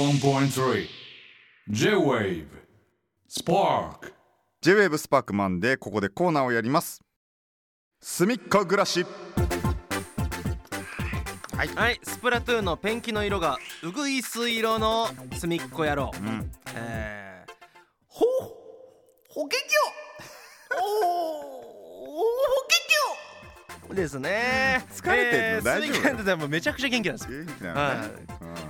81.3 J-Wave Spark J-WAVE スパークマンでここでコーナーをやりますすみっこ暮らしはい、はい、スプラトゥーンのペンキの色がうぐいす色のすみっこ野郎。うん、えー、ほほけ きょおおほけきょですね。疲れてんの大丈夫スミカにとってはもうめちゃくちゃ元気なんですよ。元気だよね、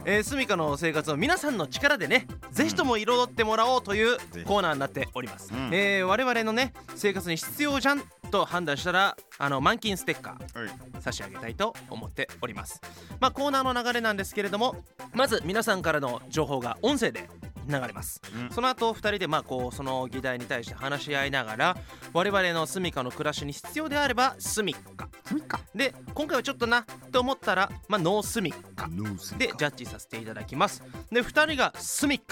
えー、スミカの生活を皆さんの力でねぜひとも彩ってもらおうというぜひコーナーになっております、うんえー我々のね生活に必要じゃんと判断したらあの満金ステッカーうんはい差し上げたいと思っておりますまあコーナーの流れなんですけれどもまず皆さんからの情報が音声で流れます、うんその後2人でまあこうその議題に対して話し合いながら我々の住処の暮らしに必要であれば住処すみっかで今回はちょっとなと思ったらまあノー住処ノースでジャッジさせていただきますで2人が住処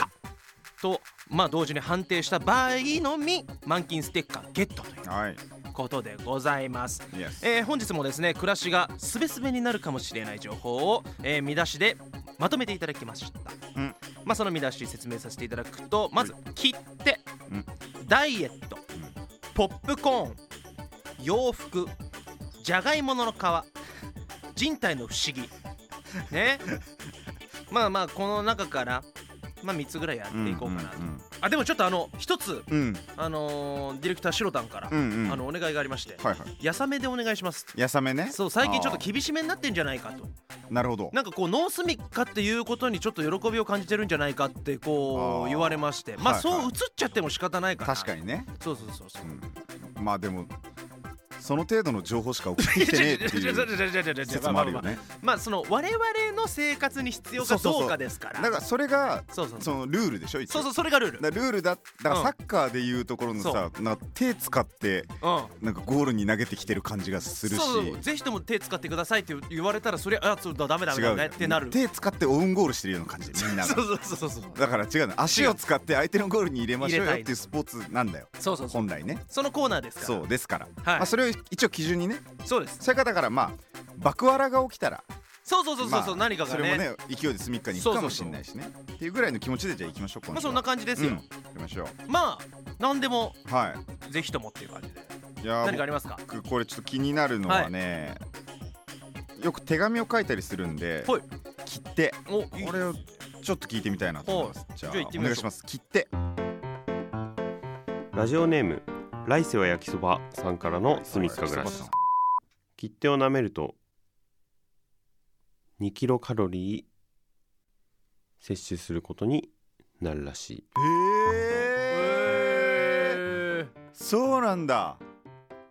とまあ同時に判定した場合のみ満金ステッカーゲットといはいうことでございますイエスえー本日もですね暮らしがすべすべになるかもしれない情報を、えー見出しでまとめていただきました、うんまあ、その見出し説明させていただくとまず切手、うんダイエット、ポップコーン洋服じゃがいものの皮人体の不思議ね まあまあこの中から、まあ、3つぐらいやっていこうかなと、あでもちょっとあの一つ、うんうんあのーディレクターシロタンから、うんうんあのお願いがありまして、はいはいやさめでお願いしますやさめねそう最近ちょっと厳しめになってんじゃないかとあーなるほどなんかこうノースミカっていうことにちょっと喜びを感じてるんじゃないかってこあーう言われましてまはいあはいそう映っちゃっても仕方ないから確かにね、そうそうそうそううん、まあでもその程度の情報しか送ってきてねえっていう説もあるよねまあ その我々の生活に必要かどうかですからだからそれがそうそうそそのルールでしょうそううそれがルールだからルールだだかうらんサッカーでいうところのさ、なんか手使ってうんなんかゴールに投げてきてる感じがするしそうそうぜひとも手使ってくださいって言われたらそれあそうだダメだダメ違だうダメってなる手使ってオウンゴールしてるような感じみんながそうそうそうそうだから違うの足を使って相手のゴールに入れましょうよっていうスポーツなんだよそうそうそう本来ねそのコーナーですからそうですから、はいまあ、それを一応基準にねそうですそれからだからまあ爆笑が起きたらそうそうそうそうそうまあ何かがそれもね勢いで隅っかに行くかもしれないしねっていうぐらいの気持ちでじゃあ行きましょう今ま週あそはんな感じですうよ、ん、行きましょまあ何でもうはいぜひともっていう感じでいやー何かありますか僕これちょっと気になるのはね、よく手紙を書いたりするんで、はい切手おこいいれをちょっと聞いてみたいなと思います、じゃあじゃあ行っておみましょう願いします切手ラジオネーム来世は焼きそばさんからのすみっか暮らし切手を舐めると2キロカロリー摂取することになるらしいえー、えーそうなんだ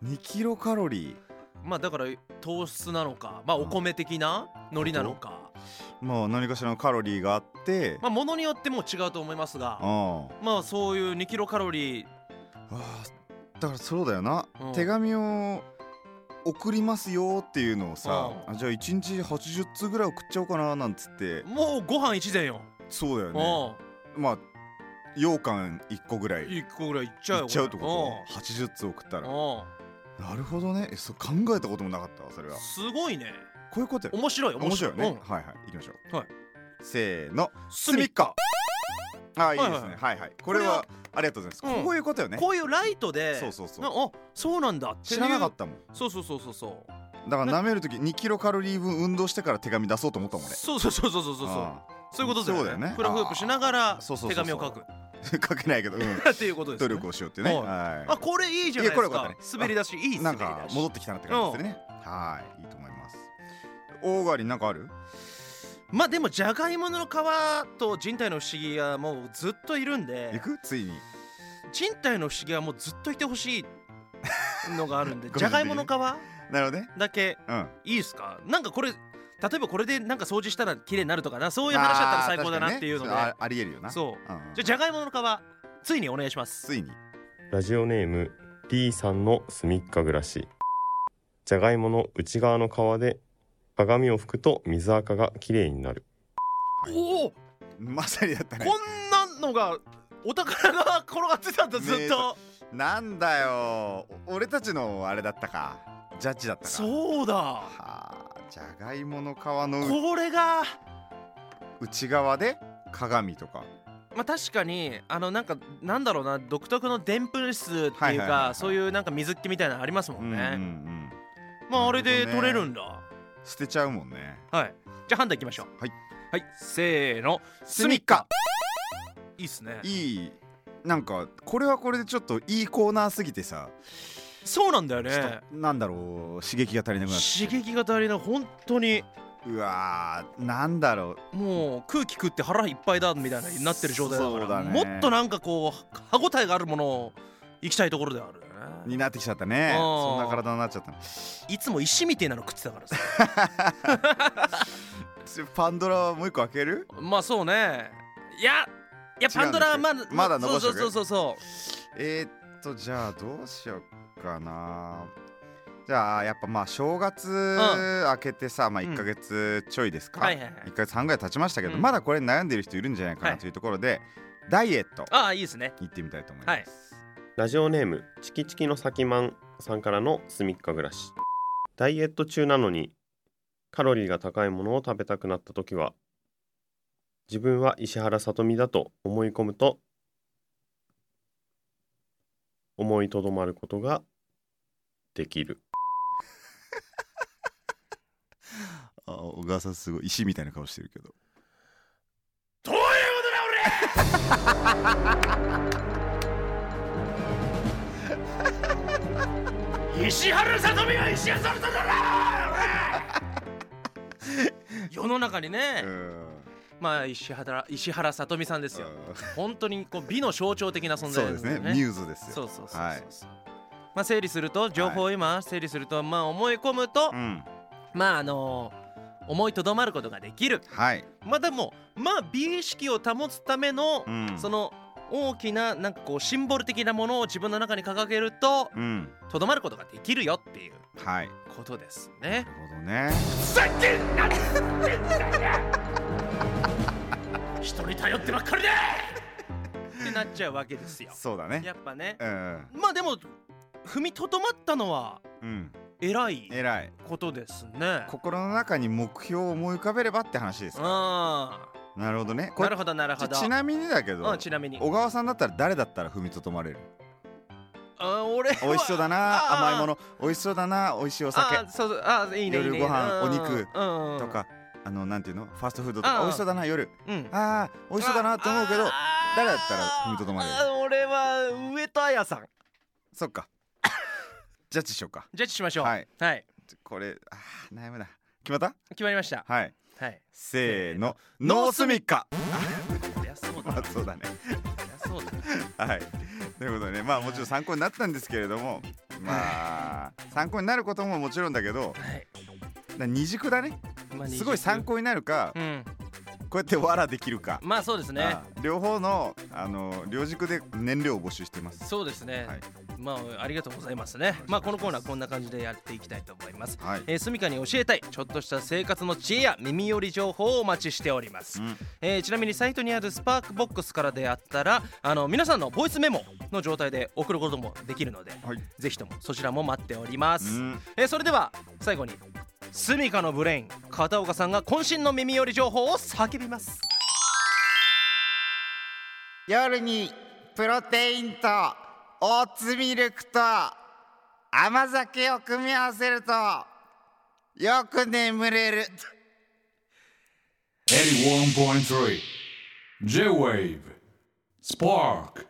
2キロカロリまあだから糖質なのかまあお米的な海苔なのかーまあ何かしらのカロリーがあって、まあものによっても違うと思いますがあまあそういう2キロカロリーああーだからそうだよな、うん手紙を送りますよっていうのをさ、うあじゃあ1日80通ぐらい送っちゃおうかななんつってもうご飯一膳よ、そうだようねんまあ羊羹1個ぐらいいっ1個ぐらいいっちちゃうゃようってこと80通送ったうんらなるほどねえそう考えたこともなかったわそれうはんこすごいねういうことよ面白い面白いよね、うんはいはい行きましょうはいせーのすみっかあいいはでいはいすねはいはいこれはありがとうございます、うんこういうことよねこういうライトでそうそうそうなあそうなんだってい知うらなかったもんそうそうそうそうそうだから舐める時2キロカロリー分運動してから手紙出そうと思ったもん俺そうそうそうそうそうそうそうあ そういうことだよそうねだよねフラフープしながらあーそうそう手そうそう紙を書くー書けないけど、うん、っていうことです、努ね、力をしようっていうねはいはいあこれいいじゃないいやですこれよかかったね滑り出しいいな滑んり出しか戻ってきたなって感じですねはいいいと思います大狩りなんかあるまあでもじゃがいもの皮と人体の不思議がもうずっといるん行でくついに人体の不思議はもうずっといてほしいのがあるんで ごめんねじゃがいもの皮なるほどねだけうんいいですかなんかこれ例えばこれでなんか掃除したら綺麗になるとかなそういう話だったら最高だなっていうので、まあ確かにねそれあありえるよなそううんうんじゃあじゃがいもの皮ついにお願いしますついにラジオネーム D さんのすみっか暮らしじゃがいもの内側の皮で鏡を拭くと水垢がきれいになるおおまさにだったこねんなのがお宝が転がってたんだずねっえとなんだよお俺たちのあれだったかジャッジだったかうそうだはあじゃがいもの皮のこれが内側で鏡とかまあ確かにあのなんかなんだろうな独特のでんぷん質ってはいいうはいはいはかいそういうなんか水気みたいなのありますもうんんうんうねんまああれでなるほど取ねれるんだ捨てちゃうもんねはいじゃあ判断いきましょうはいはいせーのスミッカいいっすねいいなんかこれはこれでちょっといいコーナーすぎてさ、そうなんだよねちょっとなんだろう刺激が足りなくなっ刺激が足りない本当にうわーなんだろうもう空気食って腹いっぱいだみたいなになってる状態だかそうらだねもっとなんかこう歯応えがあるものをいきたいところではあるよねになってきちゃったねあーそんな体になっちゃったいつも石みてえなの食ってたからさちょパンドラもう一個開けるまあそうねいやいや違うパンドラはまんだだっけまだ残しとそうくそうそうそうえー、っとじゃあどうしようかなじゃあやっぱまあ正月明けてさ、まあうん1ヶ月ちょいですか、はいはいはい1ヶ月半ぐらい経ちましたけど、うんまだこれ悩んでる人いるんじゃないかはないというところで、ダイエットああいいですね行ってみたいと思います、はいラジオネームチキチキのさきまんさんからのすみっか暮らしダイエット中なのにカロリーが高いものを食べたくなった時は自分は石原さとみだと思い込むと思いとどまることができるあ小川さんすごい石みたいな顔してるけどどういうことだ俺石原さとみは石原さとみだ俺世の中にね、うんまあ石原石原さとみさんですよう本当にこう美の象徴的な存ん在そうですねよミューズですよそうそうそうそう、はいまあ整理すると情報を今整理するとまあ思い込むと、うんまああのー思いとどまることができるはい、まあでもまあ美意識を保つための、うん、その大きななんかこうシンボル的なものを自分の中に掲げるとうんとどまることができるよっていうはいことですなねるほどね人に頼ってばっかりでってなっちゃうわけですよそうだねやっぱねうんまあでも踏みとどまったのはうん偉い偉いことですね。心の中に目標を思い浮かべればって話ですかあなるほどねあ、こなれるほどなるほど。ちちなみにだけど、うんちなみに。小川さんだったら誰だったら踏みとどまれるあ俺は美味しそうだあなあ甘いもの美味しそうだな美味しいおお酒ああそうそうああいいねいい夜ね。ご飯うんお肉うんうんとかあのなんていうのファストフードとかあ美味しそうだな夜うん。あー美味しそうだなと思うけどああ誰だったら踏みとどまれるあ俺は上戸彩さん。そっ かジャッジしようかジャッジしましょう。。はいいこれあー悩むな決まった決まりました。はいはい。せーのノノーーススミミッカそりゃそうだ。まそあそうだねりゃそうだ。はいということでねまあもちろん参考になったんですけれどもまあ参考になることももちろんだけどはい。な二軸だねまあすごい参。考になるか二十うん。こうやってわらできるかまあそうですねあ。あ両方のあの両軸で燃料を募集してますそうですね。はいまあありがとうございますね。まあこのコーナーこんな感じでやっていきたいと思います。はい、えー、住処に教えたいちょっとした生活の知恵や耳寄り情報をお待ちしております、うんえーちなみにサイトにあるスパークボックスからであったらあの皆さんのボイスメモの状態で送ることもできるのではいぜひともそちらも待っておりまうす、んえーそれでは最後に住みかのブレイン片岡さんが渾身の耳寄り情報を叫びます夜にプロテインとオーツミルクと甘酒を組み合わせるとよく眠れる81.3 J-Wave Spark